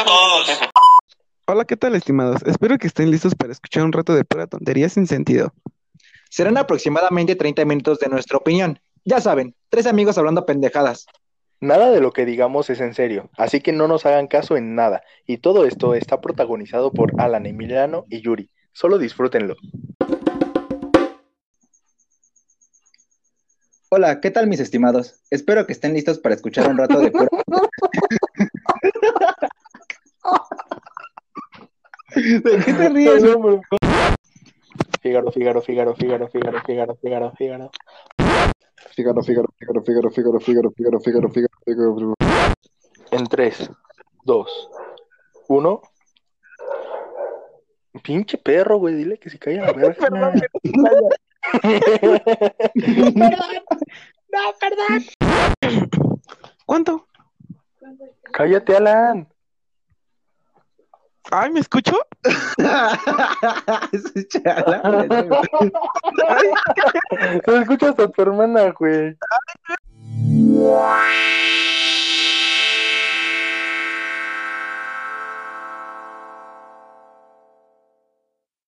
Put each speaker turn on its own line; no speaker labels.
a todos.
Hola, ¿qué tal, estimados? Espero que estén listos para escuchar un rato de pura tontería sin sentido.
Serán aproximadamente 30 minutos de nuestra opinión. Ya saben, tres amigos hablando pendejadas.
Nada de lo que digamos es en serio, así que no nos hagan caso en nada. Y todo esto está protagonizado por Alan Emiliano y Yuri. Solo disfrútenlo.
Hola, ¿qué tal mis estimados? Espero que estén listos para escuchar un rato de pura...
¿De qué te ríes?
Fígaro, Fígaro, Fígaro, Fígaro, Fígaro, Fígaro, Fígaro, Fígaro.
Fígaro, Fígaro, Fígaro, Fígaro, Fígaro, Fígaro, Fígaro, Fígaro, Fígaro, Fígaro.
En 3, 2, 1. Pinche perro, güey, dile que se caiga la verga.
¿Cuánto?
Cállate, Alan.
Ay, ¿me escucho?
Ese chalán.
Lo escuchas a tu hermana, güey.